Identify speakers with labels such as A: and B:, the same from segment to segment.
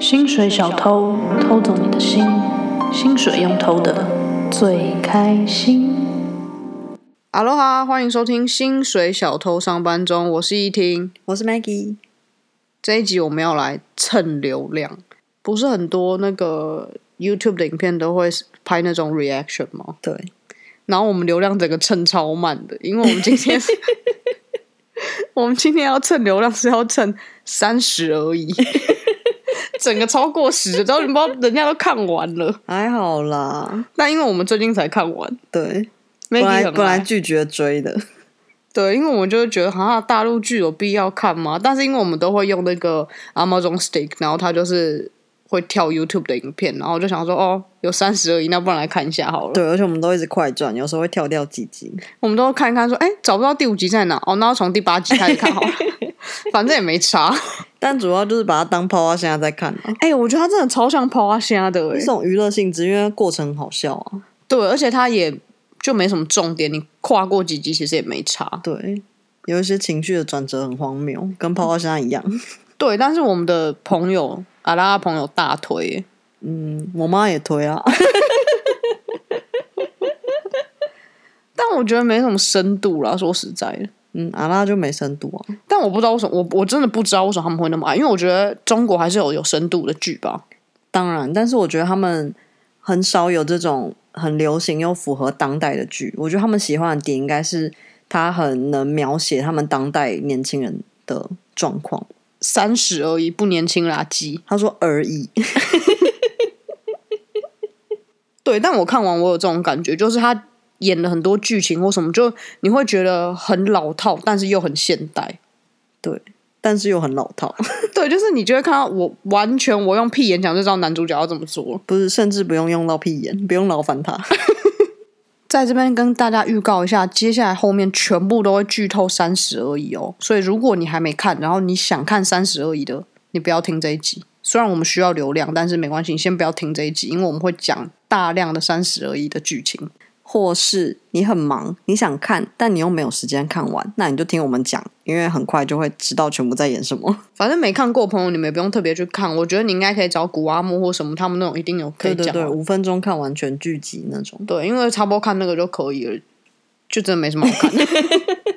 A: 薪水小偷偷走你的心，薪水用偷的最开心。
B: 哈喽哈，欢迎收听《薪水小偷上班中》，我是依婷。
C: 我是 Maggie。
B: 这一集我们要来蹭流量，不是很多那个 YouTube 的影片都会拍那种 reaction 吗？
C: 对，
B: 然后我们流量整个蹭超慢的，因为我们今 天是，我们今天要蹭流量是要蹭三十而 已，整个超过十的，然后你不知道人家都看完了。
C: 还好啦。
B: 那因为我们最近才看完，
C: 对，
B: 本
C: 本来本来拒绝追 的，
B: 对，因为我们就会觉得，好像大陆剧有必要看吗？但是因为我们都会用那个 Amazon Stick，然后它就是会跳 YouTube 的影片，然后我就想说，哦，有三十而已，那不然来看一下好了。
C: 对，而且我们都一直快转，有时候会跳掉几集。
B: 我们都看一看，说，哎，找不到第五集在哪？哦，那要从第八集开始看好 了，反正也没 差。
C: 但主要就是把它当泡啊，现在在看啊，
B: 哎，我觉得它真的超像抛啊虾的、
C: 这
B: 诶
C: 种娱乐性质，因为过程好笑啊。
B: 对，而且它也就没什么重点，你跨过几集其实也没差。
C: 对，有一些情绪的转折很荒谬，跟泡泡现在一样。
B: 对，但是我们的朋友阿拉朋友大推、诶
C: 嗯，我妈也推啊，
B: 但我觉得没什么深度啦，说实在的。
C: 嗯，阿拉就没深度啊。
B: 但我不知道为什么，我我真的不知道为什么他们会那么爱，因为我觉得中国还是有有深度的剧吧。
C: 当然，但是我觉得他们很少有这种很流行又符合当代的剧。我觉得他们喜欢的点应该是他很能描写他们当代年轻人的状况。
B: 三十而已，不年轻啦，鸡。
C: 他说而已，
B: 对，但我看完我有这种感觉，就是他演了很多剧情或什么，就你会觉得很老套，但是又很现代。
C: 但是又很老套，
B: 对，就是你就会看到我完全我用屁眼讲就知道男主角要怎么做。
C: 不是，甚至不用用到屁眼，不 用劳烦他。
B: 在这边跟大家预告一下，接下来后面全部都会剧透三十而已哦。所以如果你还没看，然后你想看三十而已的，你不要听这一集。虽然我们需要流量，但是没关系，你先不要听这一集，因为我们会讲大量的三十而已的剧情。
C: 或是你很忙，你想看，但你又没有时间看完，那你就听我们讲，因为很快就会知道全部在演什么。
B: 反正没看过的朋友，你们也不用特别去看。我觉得你应该可以找古阿莫或什么，他们那种一定有 可以
C: 对
B: 讲啊
C: 对
B: 的。
C: 对，五分钟看完全剧集那种。。
B: 对，因为差不多看那个就可以了，就真的没什么好看的。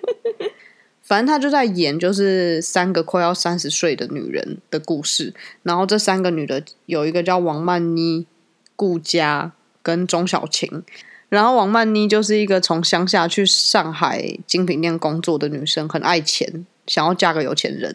B: 反正他就在演，就是三个快要三十岁的女人的故事。然后这三个女的有一个叫王曼妮、顾佳跟钟小晴。然后王曼妮就是一个从乡下去上海精品店工作的女生，很爱钱，想要嫁个有钱人。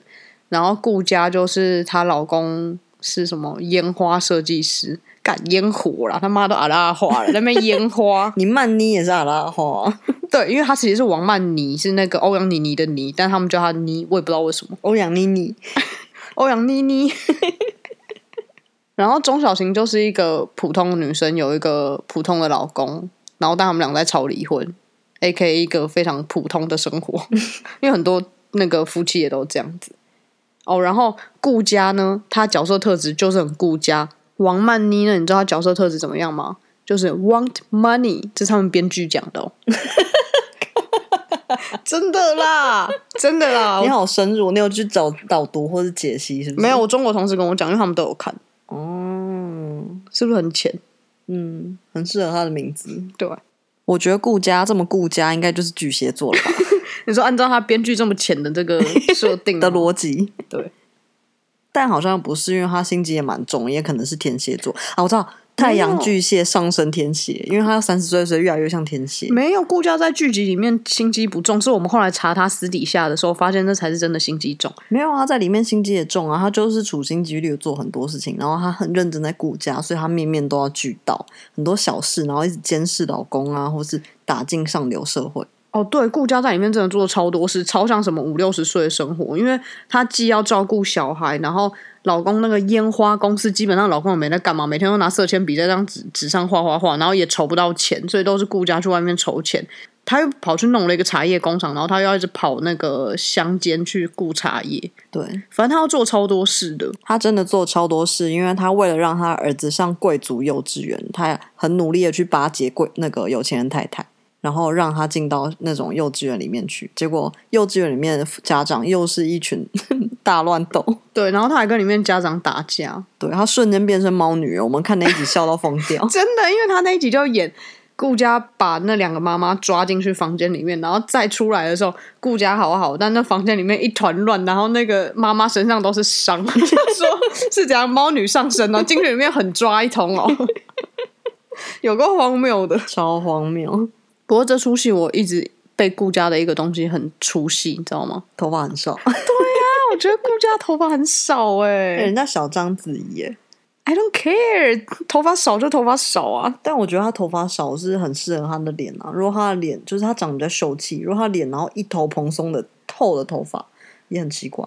B: 然后顾佳就是她老公是什么烟花设计师，干烟火啦，他妈都阿拉花了， 那边烟花
C: 你曼妮也是阿拉花、啊
B: 对，因为她其实是王曼妮，是那个欧阳妮妮的妮，但他们叫她妮，我也不知道为什么。
C: 欧阳妮妮，
B: 欧阳妮妮。 然后钟小晴就是一个普通的女生，有一个普通的老公，然后但他们俩在吵离婚，A K A 一个非常普通的生活， 因为很多那个夫妻也都这样子。哦，然后顾佳呢，她角色特质就是很顾家。王曼妮呢，你知道她角色特质怎么样吗？就是 want money，这是他们编剧讲的、 哦，真的啦，真的啦，我
C: 你好深入，你有去找导读或是解析是不是？
B: 没有，我中国同事跟我讲，因为他们都有看，
C: 哦，
B: 是不是很浅？
C: 嗯，很适合他的名字。
B: 对吧？
C: 我觉得顾家这么顾家，应该就是巨蟹座了吧
B: 你说按照他编剧这么浅的这 个设定
C: 的
B: 吗
C: 逻辑。
B: 对，
C: 但好像不是，因为他心机也蛮重，也可能是天蝎座啊。我知道太阳巨蟹上升天蝎，因为他要三十岁，所以越来越像天蝎。
B: 没有顾佳在剧集里面心机不重，是我们后来查他私底下的时候发现，那才是真的心机重。
C: 没有啊，他在里面心机也重啊，他就是处心积虑地做很多事情，然后他很认真在顾家，所以他面面都要俱到，很多小事，然后一直监视老公啊，或是打进上流社会。
B: 哦，对，顾佳在里面真的做了超多事，超像什么五六十岁的生活，因为她既要照顾小孩，然后老公那个烟花公司基本上老公也没在干嘛，每天都拿色铅笔在张纸纸上画画画，然后也筹不到钱，所以都是顾佳去外面筹钱。她又跑去弄了一个茶叶工厂，然后她又要一直跑那个乡间去雇茶叶，
C: 对，
B: 反正他要做超多事的。
C: 他真的做超多事，因为他为了让他儿子上贵族幼稚园，他很努力的去巴结贵那个有钱人太太，然后让他进到那种幼稚园里面去。结果幼稚园里面的家长又是一群 大乱斗。
B: 对，然后他还跟里面家长打架，。
C: 对，她瞬间变成猫女人，我们看那一集笑到疯掉
B: 真的，因为他那一集就演顾家把那两个妈妈抓进去房间里面，然后再出来的时候，顾家好好，但那房间里面一团乱，然后那个妈妈身上都是伤， 就说是怎样猫女上身哦，进去里面很抓一通哦， 有够荒谬的。
C: 超荒谬，
B: 不过这出戏我一直被顾家的一个东西很出戏，你知道吗？
C: 头发很少，
B: 那我觉得顾家头发很少哎、
C: 人家小章子怡耶，
B: i don't care，头发少就头发少啊。
C: 但我觉得她头发少是很适合她的脸啊。如果她的脸就是她长得比较秀气，如果她脸然后一头蓬松的透的头发也很奇怪。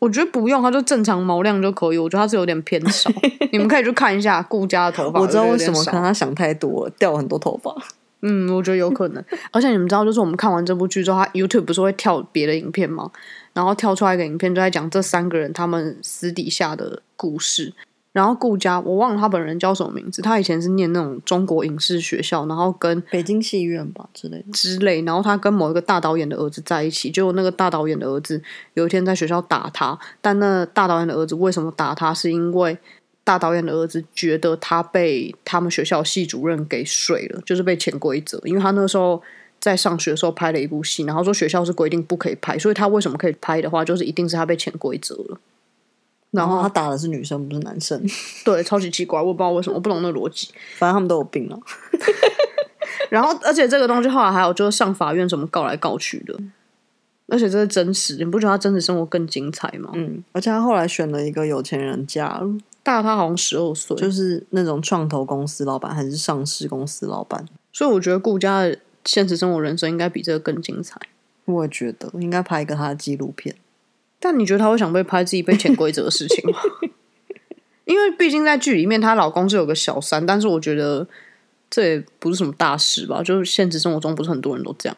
B: 我觉得不用，它就正常毛量就可以。我觉得它是有点偏 少，你们可以去看一下顾家的头发。
C: 我知道为什么，
B: 我觉
C: 可
B: 得有点
C: 能
B: 少
C: 她想太多了，掉了很多头发。
B: 嗯，我觉得有可能。而且你们知道，就是我们看完这部剧之后，它 YouTube 不是会跳别的影片吗？然后跳出来一个影片，就在讲这三个人他们私底下的故事。然后顾家，我忘了他本人叫什么名字。他以前是念那种中国影视学校，然后跟
C: 北京戏院吧之类的，
B: 之类，然后他跟某一个大导演的儿子在一起，结果那个大导演的儿子有一天在学校打他，但那大导演的儿子为什么打他？是因为大导演的儿子觉得他被他们学校系主任给睡了，就是被潜规则，因为他那时候。在上学的时候拍了一部戏，然后说学校是规定不可以拍，所以他为什么可以拍的话，就是一定是他被潜规则了。
C: 然
B: 然
C: 后
B: 后
C: 她打的是女生，不是男 生，
B: 对，超级奇怪，我也不知道为什么，我不懂那逻辑。
C: 反正他们都有病了。
B: 然后，而且这个东西后来还有就是上法院什么告来告去的，而且这是真实，你不觉得他真实生活更精彩吗？
C: 嗯，而且她后来选了一个有钱人家，
B: 大他好像十二岁，
C: 就是那种创投公司老板还是上市公司老板，
B: 所以我觉得顾家的现实生活人生应该比这个更精彩。
C: 我也觉得应该拍一个他的纪录片。
B: 但你觉得他会想被拍自己被潜规则的事情吗？因为毕竟在剧里面，她老公是有个小三，但是我觉得这也不是什么大事吧，就是现实生活中不是很多人都这样。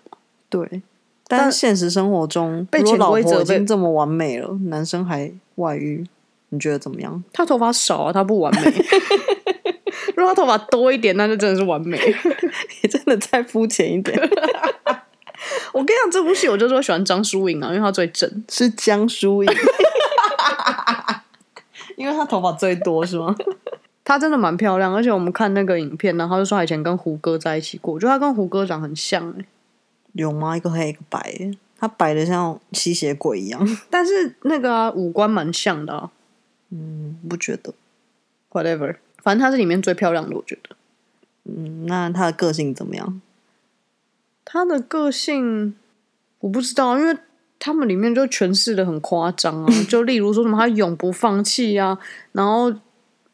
C: 对，但现实生活中，
B: 被
C: 如果
B: 潜
C: 老
B: 规则
C: 婆已
B: 被
C: 经这么完美了，男生还外遇，你觉得怎么 样？
B: 她头发少啊，她不完美。如果她头发多一点，那就真的是完美。
C: 你真的再肤浅一 点，
B: 我跟你讲，这部戏我就说喜欢张淑颖啊，因为她最正。
C: 是江疏 影，因为他头发最多是吗？
B: 她真的蛮漂亮，而且我们看那个影片，然后就说她以前跟胡歌在一起过，我觉得她跟胡歌长很像、欸、
C: 有吗？一个黑一个白，他白的像吸血鬼一样，
B: 但是那个啊五官蛮像的啊
C: 我不觉得。
B: ，whatever，反正她是里面最漂亮的，我觉得。
C: 嗯，那他的个性怎么样？
B: 她的个性我不知道，因为他们里面就诠释的很夸张啊，就例如说什么她永不放弃啊，然后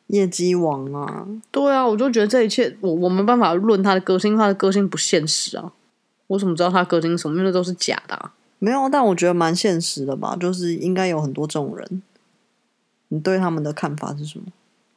C: 业绩王啊，
B: 对啊，我就觉得这一切我我没办法论她的个性，因为她的个性不现实啊，我怎么知道她个性是什么？因为那都是假的、啊。
C: 没有，但我觉得蛮现实的吧，就是应该有很多这种人。你对他们的看法是什么？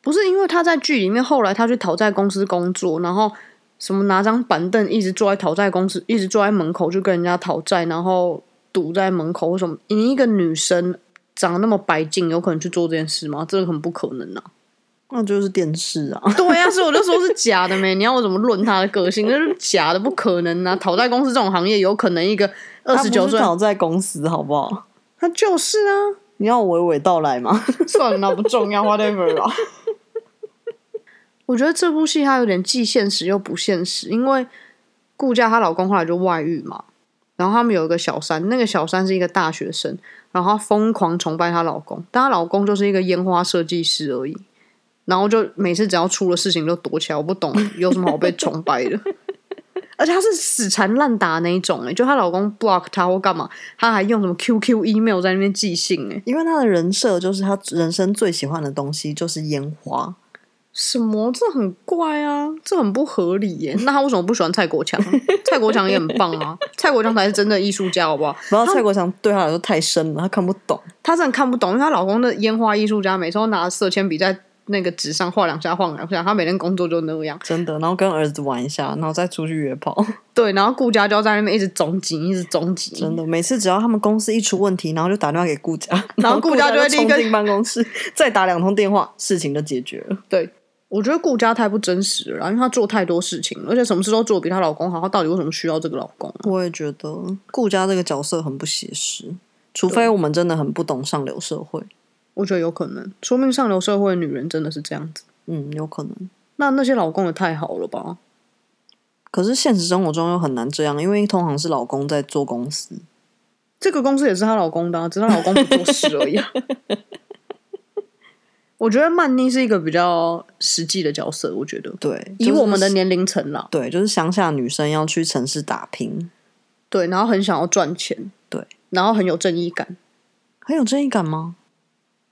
B: 不是因为他在剧里面，后来他去讨债公司工作，然后什么拿张板凳一直坐在讨债公司，一直坐在门口去跟人家讨债，然后堵在门口或什么。你一个女生长得那么白净，有可能去做这件事吗？这个很不可能啊！
C: 那就是电视啊。
B: 对呀、所以我就说是假的没？你要我怎么论他的个性？那是假的，不可能啊！讨债公司这种行业，有可能一个二 十九岁，
C: 早在公司好不好？
B: 他就是啊，
C: 你要我娓娓道来吗？
B: 算了，不重要，whatever 啊。 我觉得这部戏它有点既现实又不现实，因为顾佳她老公后来就外遇嘛，然后他们有一个小三，那个小三是一个大学生，然后她疯狂崇拜她老公，但她老公就是一个烟花设计师而已，然后就每次只要出了事情就躲起来，我不懂有什么好被崇拜的。 而且她是死缠烂打那一种、欸，就她老公 block 她或干嘛，她还用什么 QQ email 在那边寄信、欸，
C: 因为他的人设就是他人生最喜欢的东西就是烟花，
B: 什么？这很怪啊，这很不合理耶！ 那他为什么不喜欢蔡国强？蔡国强也很棒啊， 蔡国强才是真的艺术家，好不好？
C: 然后蔡国强对他来说太深了，他看不懂。
B: 她真的看不懂，因为她老公的烟花艺术家，每次都拿色铅笔在那个纸上画两下，画两下，她每天工作就那样。
C: 真的，然后跟儿子玩一下，然后再出去约炮。
B: 对，然后顾家就要在那边一直总紧，一直总紧，
C: 真的，每次只要他们公司一出问嗯 题，然后就打电话给顾家，
B: 然后顾家就会立刻
C: 冲进办公 室，再打两通电话，事情就解决了。
B: 对，我觉得顾家太不真实了啦，因为她做太多事情了，而且什么事都做得比她老公好，她到底为什么需要这个老公啊？
C: 我也觉得顾家这个角色很不写实，除非我们真的很不懂上流社会，
B: 我觉得有可能，说明上流社会的女人真的是这样子。
C: 嗯，有可能。
B: 那那些老公也太好了吧？
C: 可是现实生活中又很难这样，因为通常是老公在做公司，
B: 这个公司也是她老公的、啊，只是她老公不做事而已、啊。 我觉得曼妮是一个比较实际的角色，我觉得
C: 对，
B: 以
C: 就是
B: 我们的年龄层啦，
C: 对，就是乡下女生要去城市打拼，
B: 对，然后很想要赚钱，
C: 对，
B: 然后很有正义感，
C: 很有正义感吗？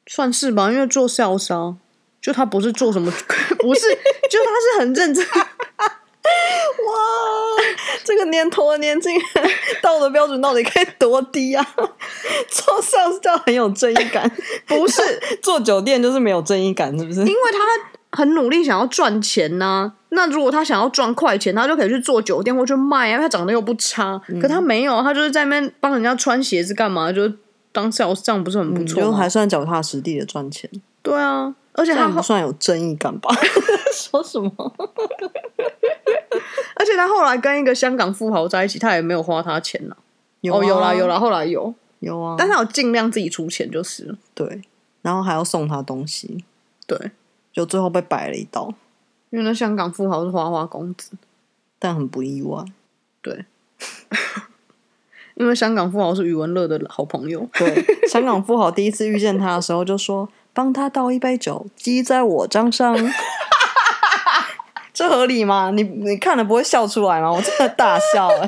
B: 算是吧，因为做 sales 啊，就她不是做什么， 不是，就她是很认真，
C: 哇， 这个年头的年轻人 道德标准到底该多低啊？ 做上司叫很有正义感，
B: 不是，
C: 做酒店就是没有正义感，是不是
B: 因？为她很努力想要赚钱呐、那如果她想要赚快钱，她就可以去做酒店或去卖啊，因为她长得又不差。
C: 嗯
B: 可她没有，她就是在那边帮人家穿鞋子干嘛，就是当 sales，这样不是很不
C: 你
B: 错
C: 嗯就
B: 吗？
C: 还算脚踏实地的赚钱，
B: 对啊，而且
C: 这
B: 她
C: 样
B: 后
C: 不算有正义感 吧？说什么？
B: 而且她后来跟一个香港富豪在一起，她也没有花他钱呐、
C: 有
B: 哦，有啦
C: 啊
B: 有啦，后来有，
C: 有啊，
B: 但她有尽量自己出钱就是了。
C: 对，然后还要送他东西，
B: 对，
C: 就最后被摆了一道，
B: 因为那香港富豪是花花公子，
C: 但很不意 外。
B: 因为香港富豪是余文乐的好朋友。
C: 对，香港富豪第一次遇见他的时候就说：“帮他倒一杯酒，记在我 账上。”这合理吗？你你看了不会笑出来吗？我真的大笑欸了。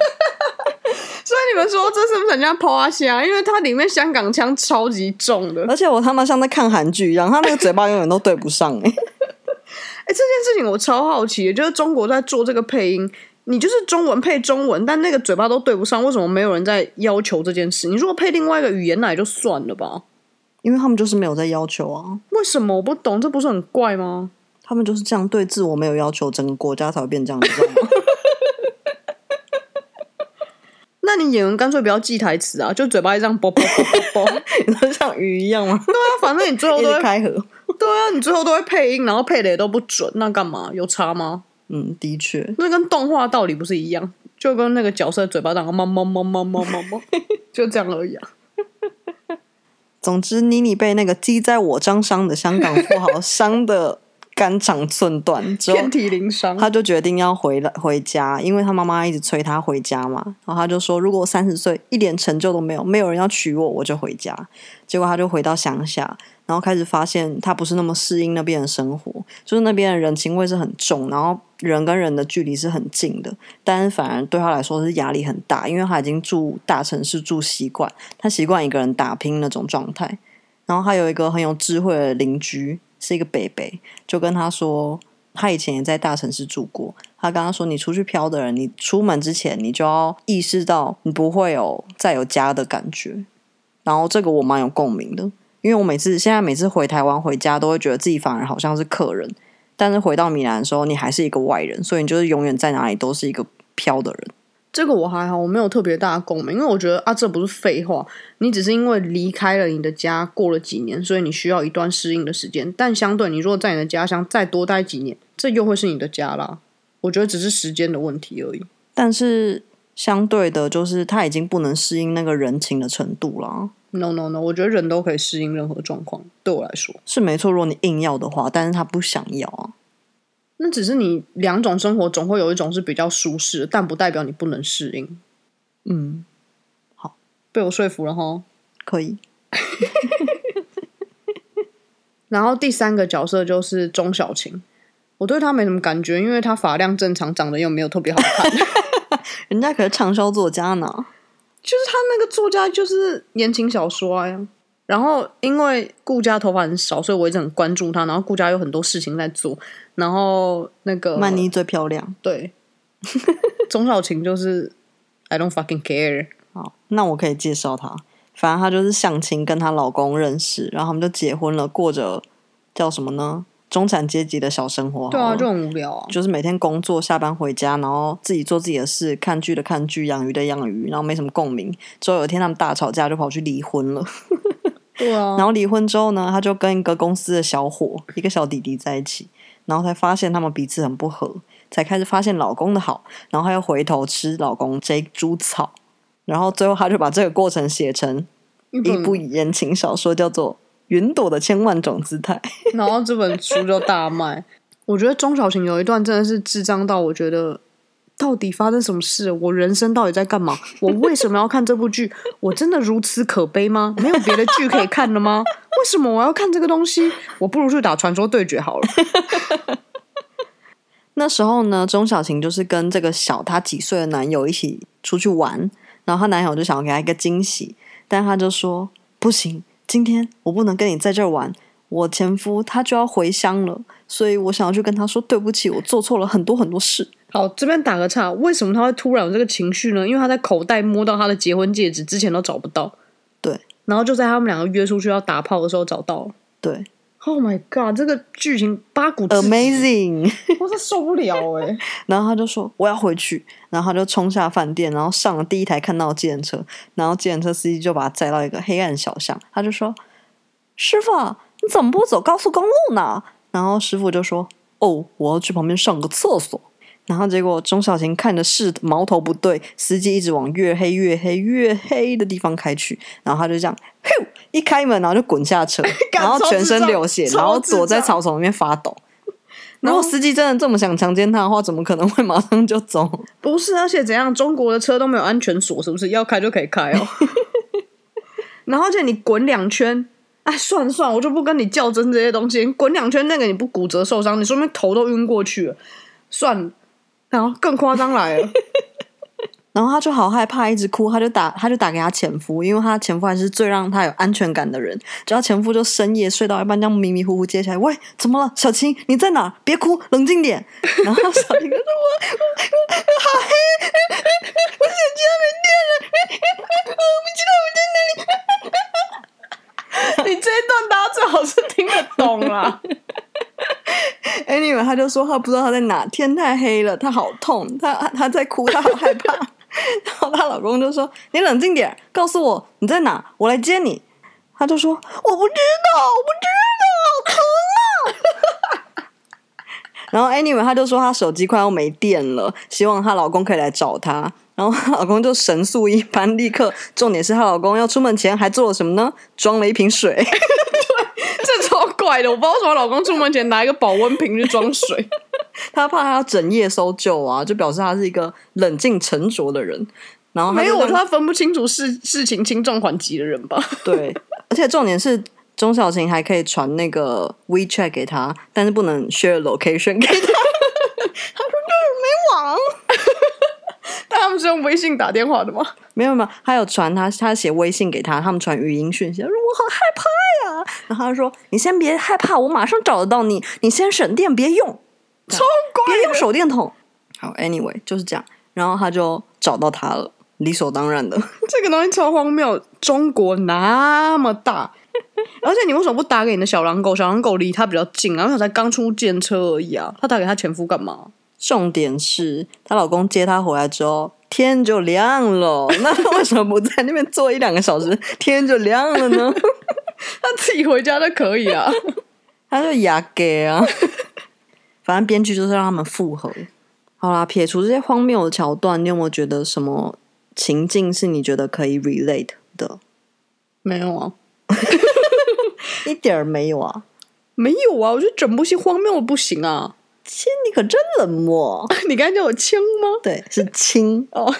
B: 所以你们说这是不是人家抛啊虾？因为它里面香港腔超级重的。哎
C: 而且我他妈像在看韩剧一样，他那个嘴巴永远都对不上哎、
B: 哎、这件事情我超好奇的，就是中国在做这个配音，你就是中文配中文，但那个嘴巴都对不上，为什么没有人在要求这件事？你如果配另外一个语言那也就算了吧，
C: 因为他们就是没有在要求啊，
B: 为什么我不懂？这不是很怪吗？
C: 他们就是这样对自我没有要求，整个国家才会变这样，你知道吗？
B: 那你演员干脆不要记台词啊，就嘴巴一张啵啵啵啵啵，
C: 你说像鱼一样吗？
B: 对啊，反正你最后
C: 一
B: 都
C: 直
B: 会
C: 开合。
B: 对啊，你最后都会配音，然后配的也都不准，那干嘛？有差吗？
C: 嗯，的确，
B: 那跟动画道理不是一样，就跟那个角色嘴巴长个猫猫猫猫猫猫猫，就这样而已啊。
C: 总之，妮妮被那个记在我账上的香港富豪伤的肝肠寸断之后，
B: 遍体鳞伤。
C: 他就决定要回来回家，因为他妈妈一直催他回家嘛。然后他就说，如果我三十岁一点成就都没有，没有人要娶我，我就回家。结果他就回到乡下，然后开始发现他不是那么适应那边的生活，就是那边的人情味是很重，然后人跟人的距离是很近的，但是反而对他来说是压力很大，因为他已经住大城市住习惯，他习惯一个人打拼那种状态。然后他有一个很有智慧的邻居，是一个北北，就跟他说，他以前也在大城市住过。他刚刚说，你出去飘的人，你出门之前，你就要意识到你不会有再有家的感觉。然后这个我蛮有共鸣的，因为我每次现在每次回台湾回家，都会觉得自己反而好像是客人，但是回到米兰的时候，你还是一个外人，所以你就是永远在哪里都是一个飘的人。
B: 这个我还好，我没有特别大的共鸣，因为我觉得啊，这不是废话，你只是因为离开了你的家，过了几年，所以你需要一段适应的时间。但相对，你如果在你的家乡再多待几年，这又会是你的家啦。我觉得只是时间的问题而已。
C: 但是相对的，就是他已经不能适应那个人情的程度了。
B: No no no，我觉得人都可以适应任何状况。对我来说，
C: 是没错，如果你硬要的话，但是他不想要啊。
B: 那只是你两种生活总会有一种是比较舒适的，但不代表你不能适应。
C: 嗯，
B: 被我说服了哈。
C: 可以。
B: 然后第三个角色就是钟小琴，我对她没什么感觉，因为她发量正常，长得又没有特别 好看。
C: 人家可是畅销作家呢。
B: 就是他那个作家就是言情小说啊。然后因为顾家头发很少，所以我一直很关注他。然后顾家有很多事情在做，然后那个
C: 曼妮最漂亮。
B: 对钟小琴就是 I don't fucking care。
C: 好，那我可以介绍她。反正她就是相亲跟她老公认识，然后他们就结婚了，过着叫什么呢？中产阶级的小生活好了。
B: 对啊，就很无聊啊。
C: 就是每天工作，下班回家，然后自己做自己的事，看剧的看剧，养鱼的养鱼，然后没什么共鸣。之后有一天他们大吵架，就跑去离婚了。
B: 对啊，
C: 然后离婚之后呢，他就跟一个公司的小伙，一个小弟弟在一起，然后才发现他们彼此很不合，才开始发现老公的好，然后他又回头吃老公这一株草，然后最后他就把这个过程写成一部言情小说，叫做《云朵的千万种姿态》。
B: 然后这本书就大卖。我觉得钟小琴有一段真的是智障到，我觉得到底发生什么事？我人生到底在干嘛？我为什么要看这部剧？我真的如此可悲吗？没有别的剧可以看了吗？为什么我要看这个东西？我不如去打《传说对决》好了。
C: 那时候呢，钟小琴就是跟这个小她几岁的男友一起出去玩，然后她男友就想要给她一个惊喜，但她就说不行，今天我不能跟你在这儿玩，我前夫他就要回乡了，所以我想要去跟他说对不起，我做错了很多很多事。
B: 好，这边打个岔，为什么他会突然有这个情绪呢？因为他在口袋摸到他的结婚戒指，之前都找不到。
C: 对，
B: 然后就在他们两个约出去要打炮的时候找到了。
C: 对
B: Oh my god！这个剧情八股至
C: ，amazing。
B: 我是受不了哎、
C: 然后他就说我要回去，然后他就冲下饭店，然后上了第一台看到的计程车，然后计程车司机就把他载到一个黑暗小巷，他就说：“师傅，啊你怎么不走高速公路呢？”然后师傅就说：“哦，我要去旁边上个厕所。”然后结果钟小琴看着是矛头不对，司机一直往越黑越黑越黑的地方开去，然后他就这样，咻一开门，然后就滚下 车，
B: 干
C: 然后全身流血，
B: 超智障
C: 然后躲在草丛里面发抖。如果司机真的这么想强奸他的话，怎么可能会马上就走？
B: 不是，而且怎样？中国的车都没有安全锁，是不是？要开就可以开 哦。然后，而且你滚两圈，哎，算了算了，我就不跟你较真这些东西。你滚两圈，那个你不骨折受伤，你说明头都晕过去了。算了，然后更夸张来 了，
C: 然后他就好害怕，一直哭，他就打他就打给他前夫，因为他前夫还是最让他有安全感的人。只要前夫就深夜睡到一半，这样迷迷糊糊接起来，喂，怎么了，小青，你在哪？别哭，冷静点。然后小青就说，我我我好黑，我手机还没电了，我不知道我在哪里。
B: 你这一段大家最好是听得懂啦。
C: Anyway，他就说他不知道他在哪，天太黑了，他好痛，他他在哭，他好害怕。 然后她老公就说：“你冷静点，告诉我你在哪，我来接你。”她就说：“我不知道，我不知道，好疼啊！” 然后 anyway，她就说她手机快要没电了，希望她老公可以来找她。然后她老公就神速一般，立刻。重点是她老公要出门前还做了什么呢？装了一瓶水。
B: 这超怪的，我不知道为什么老公出门前拿一个保温瓶去装 水。
C: 他怕他要整夜搜救啊，就表示他是一个冷静沉着的人。然后哦他
B: 没
C: 就
B: 有，我
C: 让
B: 觉得他分不清楚事事情轻重缓急的人吧。
C: 对，而且重点是钟小琴还可以传那个 WeChat 给他，但是不能 share location 给他。他 说这儿没网，
B: 但他们是用微信打电话的吗？
C: 没有没有，还有传他他写微信给他，他们传语音讯息，他说我好害怕呀。然后他说你先别害怕，我马上找得到你，你先省电，别用。
B: 超怪
C: 别用手电筒。好，anyway 就是这样，然后他就找到他了，理所当然的。
B: 这个东西超荒谬，中国那么大， 而且你为什么不打给你的小狼狗？小狼狗离他比较近啊，然后他才刚出见车而已啊，他打给他前夫干嘛？
C: 重点是她老公接她回来之后，天就亮了。 那她为什么不在那边坐一两个小时，天就亮了呢？
B: 他自己回家就可以啊。
C: 她就牙给啊。反正编剧就是让他们复合。好啦，撇除这些荒谬的桥段，你有没有觉得什么情境是你觉得可以 relate 的？
B: 没有啊，
C: 一点儿没有啊！
B: 没有啊，我觉得整部戏荒谬的不行啊。
C: 亲，你可真冷漠。
B: 你刚才叫我枪吗？
C: 对，是亲。
B: 哦，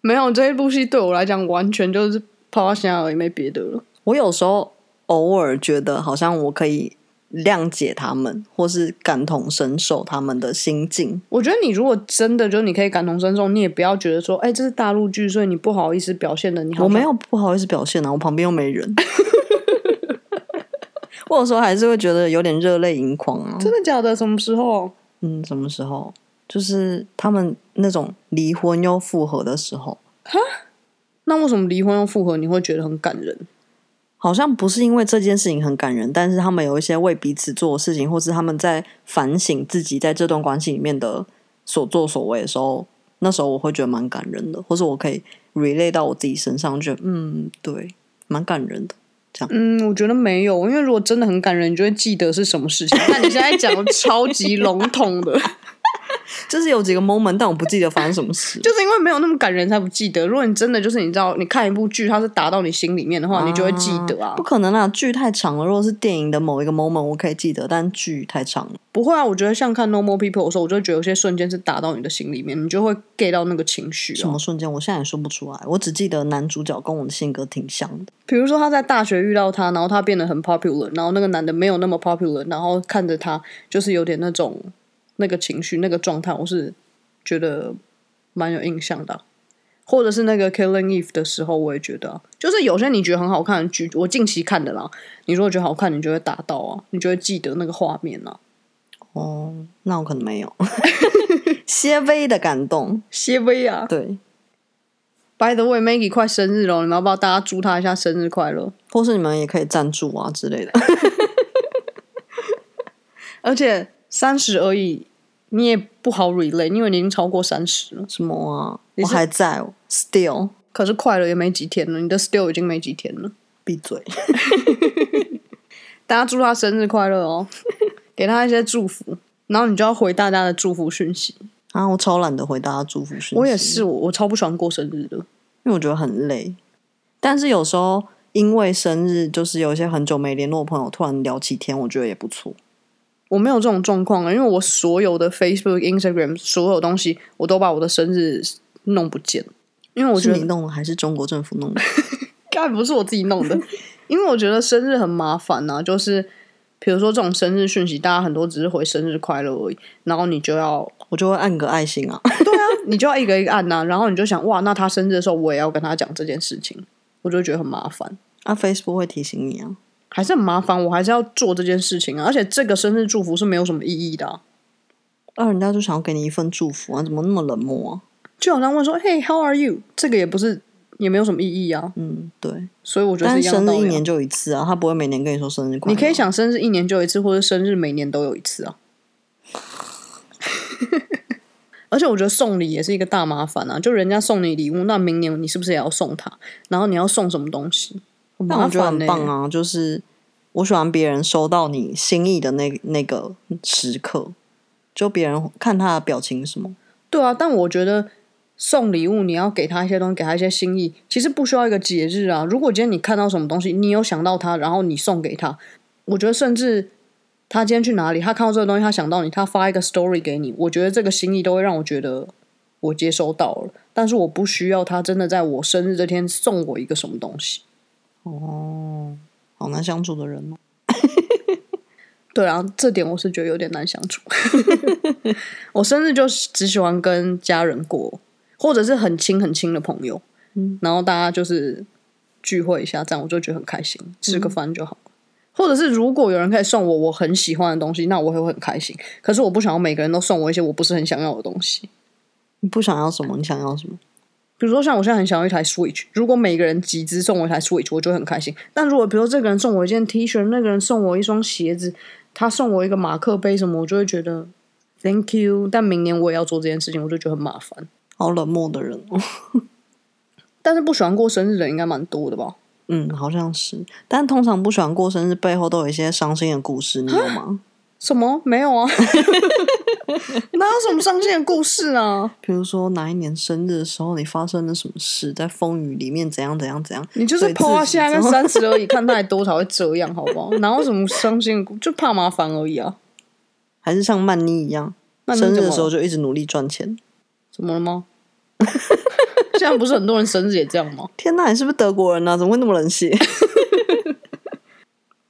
B: 没有，这一部戏对我来讲完全就是泡泡虾而已，没别的了。
C: 我有时候偶尔觉得好像我可以谅解他们，或是感同身受他们的心境。
B: 我觉得你如果真的就是你可以感同身受，你也不要觉得说，哎、这是大陆剧，所以你不好意思表现的，你好
C: 我
B: 像
C: 没有不好意思表现啊，我旁边又 没人。我有时候还是会觉得有点热泪盈眶啊。
B: 真的假的？什么时候？
C: 嗯，什么时候？就是他们那种离婚又复合的时候，
B: 那为什么离婚又复合你会觉得很感人？
C: 好像不是因为这件事情很感人，但是他们有一些为彼此做的事情，或是他们在反省自己在这段关系里面的所作所为的时候，那时候我会觉得蛮感人的，或是我可以 relay 到我自己身上，觉得嗯，对，蛮感人的。
B: 嗯，我觉得没有，因为如果真的很感人，你就会记得是什么事情。但你现在讲的超级笼统的，
C: 就是有几个 moment，但我不记得发生什么事。
B: 就是因为没有那么感人才不记得。如果你真的就是你知道，你看一部剧，它是打到你心里面的 话，你就会记得啊
C: 不。可能啦，剧太长了。如果是电影的某一个 moment，我可以记得，但剧太长了。
B: 不会啊，我觉得像看《Normal People》的时候，我就会觉得有些瞬间是打到你的心里面，你就会 get 到那个情绪、
C: 什
B: 啊
C: 么。瞬间，我现在也说不出来。我只记得男主角跟我的性格挺像的。
B: 比如说他在大学遇到他，然后他变得很 popular，然后那个男的没有那么 popular，然后看着他就是有点那种那个情绪、那个状态，我是觉得蛮有印象的啊、或者是那个 Killing Eve 的时候，我也觉得啊、就是有些你觉得很好看的剧，我近期看的啦，你如果觉得好看，你就会打到啊，你就会记得那个画面啊，
C: 哦，那我可能没有， 些微的感动。
B: 谢威啊。
C: 对，
B: By the way，Maggie 快生日了，你们要不要大家祝她一下生日快乐？
C: 或是你们也可以赞助啊之类的。
B: 而且三十而已，你也不好 relay，因为你已经超过三十了。
C: 什么啊？
B: 你
C: 我
B: 是
C: 还在哦，still
B: 可是快乐也没几天了，你的 still 已经没几天了。
C: 闭嘴。
B: 大家祝他生日快乐 哦，给他一些祝福，然后你就要回大家的祝福讯息。
C: 啊，我超懒得回大家祝福讯息。
B: 我也是，我我超不喜欢过生日的。
C: 因为我觉得很累。但是有时候因为生日，就是有一些很久没联络的朋友突然聊起天，我觉得也不错。
B: 我没有这种状况啊，因为我所有的 Facebook、Instagram 所有东西，我都把我的生日弄不见，因为我
C: 我
B: 觉
C: 是你
B: 得
C: 弄的还是中国政府弄的？
B: 干不是我自己弄的，因为我觉得生日很麻烦呐、就是比如说这种生日讯息，大家很多只是回生日快乐而已，然后你就要
C: 我就会按个爱心啊。
B: 你就要一个一个按呐、然后你就想哇，那他生日的时候我也要跟他讲这件事情，我就觉得很麻烦，
C: 啊，Facebook 会提醒你啊。
B: 还是很麻烦，我还是要做这件事情啊，而且这个生日祝福是没有什么意义的啊、
C: 啊，人家就想要给你一份祝福啊，怎么那么冷漠、啊？
B: 就好像问说嘿 how are you，这个也不是也没有什么意义啊，
C: 嗯，对。
B: 所以我觉得
C: 但
B: 是一
C: 是
B: 样
C: 生
B: 的
C: 日
B: 道
C: 一
B: 理啊
C: 年。就一次啊，他不会每年跟你说生日快乐。
B: 你可以，想生日一年就有一次，或者生日每年都有一次啊。 而且我觉得送礼也是一个大麻烦啊，就人家送你礼物，那明年你是不是也要送他？然后你要送什么东西？很
C: 但
B: 麻
C: 我觉得
B: 烦
C: 很
B: 呢、
C: 棒啊，就是我喜欢别人收到你心意的那那个时刻，就别人看他的表情什么。
B: 对啊，但我觉得送礼物你要给他一些东西，给他一些心意，其实不需要一个节日啊。如果今天你看到什么东西，你有想到他，然后你送给他，我觉得甚至他今天去哪里，他看到这个东西，他想到你，他发一个 story 给你，我觉得这个心意都会让我觉得我接收到了。但是我不需要他真的在我生日这天送我一个什么东西。
C: 哦，好难相处的人哦。
B: 对啊，这点我是觉得有点难相处。 我生日就只喜欢跟家人过，或者是很亲很亲的朋友，
C: 嗯
B: 然后大家就是聚会一下，这样我就觉得很开心，吃个饭就好了。或者是如果有人可以送我我很喜欢的东西，那我也会很开心。可是我不想要每个人都送我一些我不是很想要的东西。
C: 你不想要什么，你想要什么？
B: 比如说，像我现在很想要一台 Switch，如果每个人集资送我一台 Switch，我就会很开心。但如果比如说这个人送我一件 T 恤，那个人送我一双鞋子，他送我一个马克杯什么，我就会觉得 Thank you。但明年我也要做这件事情，我就觉得很麻烦。
C: 好冷漠的人哦。
B: 但是不喜欢过生日的人应该蛮多的吧？
C: 嗯，好像是。但通常不喜欢过生日，背后都有一些伤心的故事，你有吗？
B: 什么没 有啊？哪有什么伤心的故事啊？
C: 比如说哪一年生日的时候，你发生了什么事，在风雨里面怎样怎样怎样。
B: 你就是
C: 对自己
B: 抛到现在
C: 怎
B: 跟
C: 么
B: 三十而已，看太多才会这样，好不好？哪有什么伤心的故，就怕麻烦而已啊。
C: 还是像曼妮一样，
B: 那你
C: 生日
B: 怎
C: 的
B: 么
C: 时候就一直努力赚钱。
B: 怎么了吗？ 现在不是很多人生日也这样吗？
C: 天呐，你是不是德国人呢、啊怎么会那么冷血？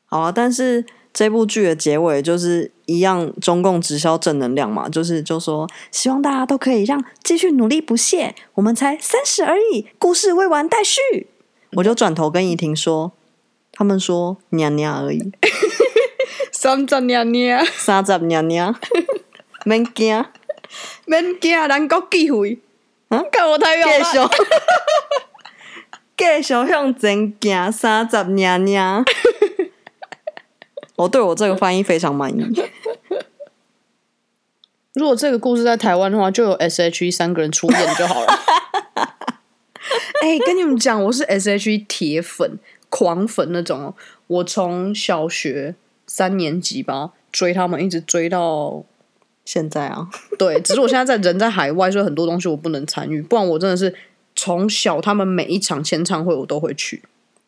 C: 好啊，但是这部剧的结尾就是一样，中共直销正能量嘛，就是就说希望大家都可以让继续努力不懈，我们才三十而已，故事未完待续。我就转头跟怡婷说，他们说娘娘而已，
B: 三十年年，
C: 三十娘娘，免惊，
B: 免惊咱国忌讳。
C: 嗯
B: 看我太
C: 继
B: 好
C: 续
B: 了，，
C: 继续向前行，三十娘 娘。我对我这个翻译非常满意。
B: 如果这个故事在台湾的话，就有 S.H.E 三个人出演就好了。 哎、跟你们讲，我是 S.H.E 铁粉、狂粉那种哦。我从小学三年级吧追他们，一直追到
C: 现在啊，
B: 对，只是我现在在人在海外，所以很多东西我不能参与，不然我真的是从小他们每一场签唱会我都会去，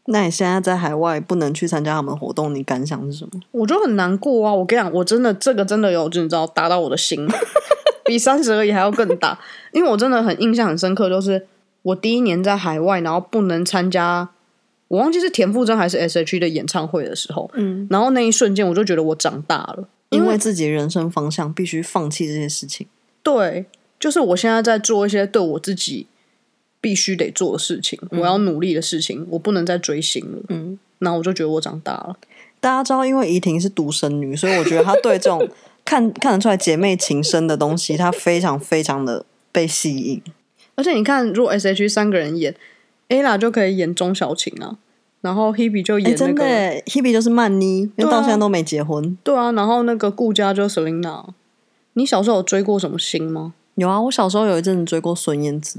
C: 那你现在在海外不能去参加他们活动，你感想是什么？
B: 我就很难过啊！我跟你讲，我真的这个真的有，就你知道打到我的 心，比三十而已还要更大，因为我真的很印象很深刻，就是我第一年在海外，然后不能参加，我忘记是田馥甄还是 S.H.E 的演唱会的时候，
C: 嗯，
B: 然后那一瞬间我就觉得我长大了，
C: 因
B: 因
C: 为
B: 为
C: 自己人生方向必须放弃这些事情。
B: 对，就是我现在在做一些对我自己必须得做的事情，我要努力的事情，我不能再追星了，
C: 嗯，
B: 然后我就觉得我长大了。
C: 大家知道，因为怡婷是独生女，所以我觉得她对这种 看看得出来姐妹情深的东西，她非常非常的被吸引。
B: 而且你看，如果 S.H.E 三个人演，ella 就可以演钟小琴啊，然后 Hebe 就
C: 哎、
B: 演那
C: 真的
B: 个，
C: 耶，Hebe 就是曼妮，因
B: 对
C: 为
B: 啊
C: 到现在都没结婚。
B: 对啊，然后那个顾佳就 Selina。你小时候有追过什么星吗？
C: 有啊，我小时候有一阵子追过孙燕姿，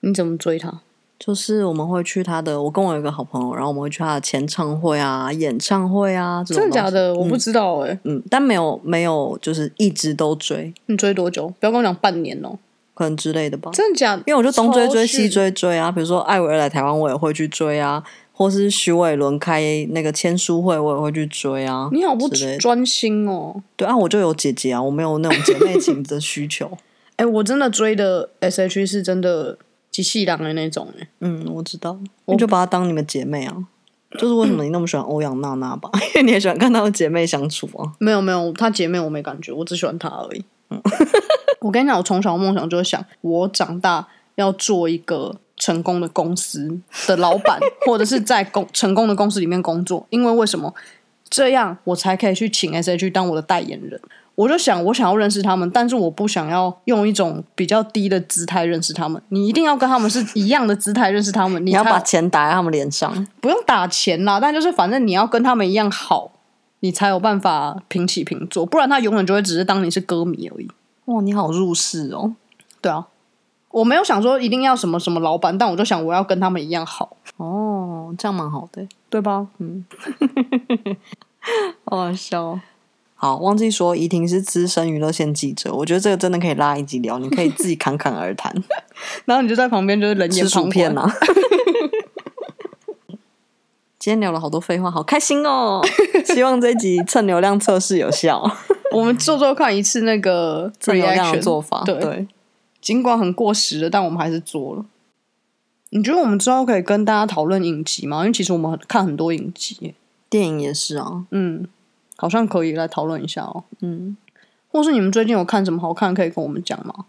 B: 你怎么追她？
C: 就是我们会去她的，我跟我有一个好朋友，然后我们会去她的签唱会啊、演唱会啊这种。
B: 真的假？的？我不
C: 嗯
B: 知道哎、
C: 嗯，但没有没有，就是一直都追，
B: 你追多久？不要跟我讲半年哦、
C: 可能之类的吧。
B: 真的假的？
C: 因为我就东追追
B: 超
C: 西
B: 逊，
C: 追追啊，比如说艾薇儿来台湾，我也会去追啊，或是徐伟伦开那个签书会，我也会去追啊。
B: 你好不
C: 之类的
B: 专心哦、
C: 对啊，我就有姐姐啊，我没有那种姐妹情的需 求。
B: 哎、我真的追的 S.H.E 是真的极细狼的那种哎、
C: 嗯，我知道，我就把她当你们姐妹啊。就是为什么你那么喜欢欧阳娜娜吧？ 因为你也喜欢看她们姐妹相处啊。
B: 没有没有，她姐妹我没感觉，我只喜欢她而已。
C: 哦
B: 我跟你讲，我从小梦想就是想，我长大要做一个成功的公司的老板， 或者是在公成功的公司里面工作。因为为什么这样，我才可以去请 S.H. 当我的代言人？我就想，我想要认识他们，但是我不想要用一种比较低的姿态认识他们。你一定要跟他们是一样的姿态认识他们，你
C: 你要
B: 才
C: 把钱打在他们脸上，
B: 不用打钱啦，但就是反正你要跟他们一样好，你才有办法平起平坐，不然他永远就会只是当你是歌迷而已。
C: 哇，你好入世哦。
B: 对啊，我没有想说一定要什么什么老板，但我就想我要跟他们一样好，
C: 哦，这样蛮好的。嗯
B: 对吧？
C: 好好笑、哦好，忘记说，怡婷是资深娱乐线记者，我觉得这个真的可以拉一集聊，你可以自己侃侃而谈，
B: 然后你就在旁边就是冷眼
C: 吃薯
B: 旁
C: 片
B: 观。
C: 啊。今天聊了好多废话，好开心哦！希望这一集蹭流量测试有 效，
B: 我们做做看一次那个
C: 蹭流量的做
B: reaction，
C: 法。
B: 对
C: 对，
B: 尽管很过时了，但我们还是做了。你觉得我们之后可以跟大家讨论影集吗？因为其实我们很看很多影集耶，
C: 电影也是啊，
B: 嗯，好像可以来讨论一下哦。
C: 嗯，
B: 或是你们最近有看什么好看，可以跟我们讲吗？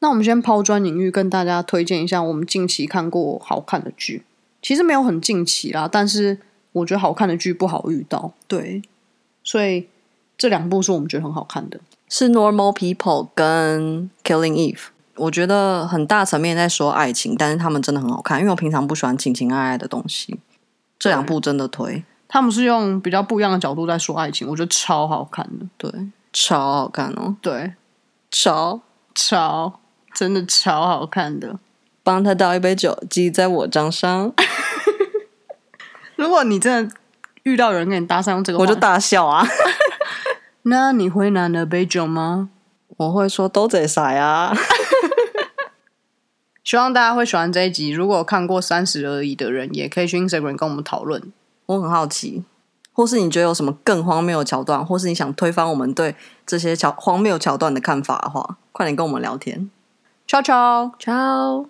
B: 那我们先抛砖引玉，跟大家推荐一下我们近期看过好看的剧。其实没有很近期啦，但是我觉得好看的剧不好遇到，
C: 对，
B: 所以这两部是我们觉得很好看的。
C: 是 Normal People 跟 Killing Eve。我觉得很大层面在说爱情，但是他们真的很好看，因为我平常不喜欢情情爱爱的东西，这两部真的推，
B: 他们是用比较不一样的角度在说爱情，我觉得超好看的。
C: 对，超好看哦，
B: 对，
C: 超。
B: 超真的超好看的。
C: 帮他倒一杯酒，记在我账上，
B: 如果你真的遇到有人跟你搭讪用这个话
C: 我
B: 题，
C: 就大笑啊！
B: 那你会拿了杯酒吗？
C: 我会说都啊贼傻呀，
B: 希望大家会喜欢这一集。如果有看过《三十而已》的人，也可以去 Instagram 跟我们讨论。
C: 我很好奇，或是你觉得有什么更荒谬的桥段，或是你想推翻我们对这些桥荒谬桥段的看法的话，快点跟我们聊天，
B: 悄悄。
C: ciao。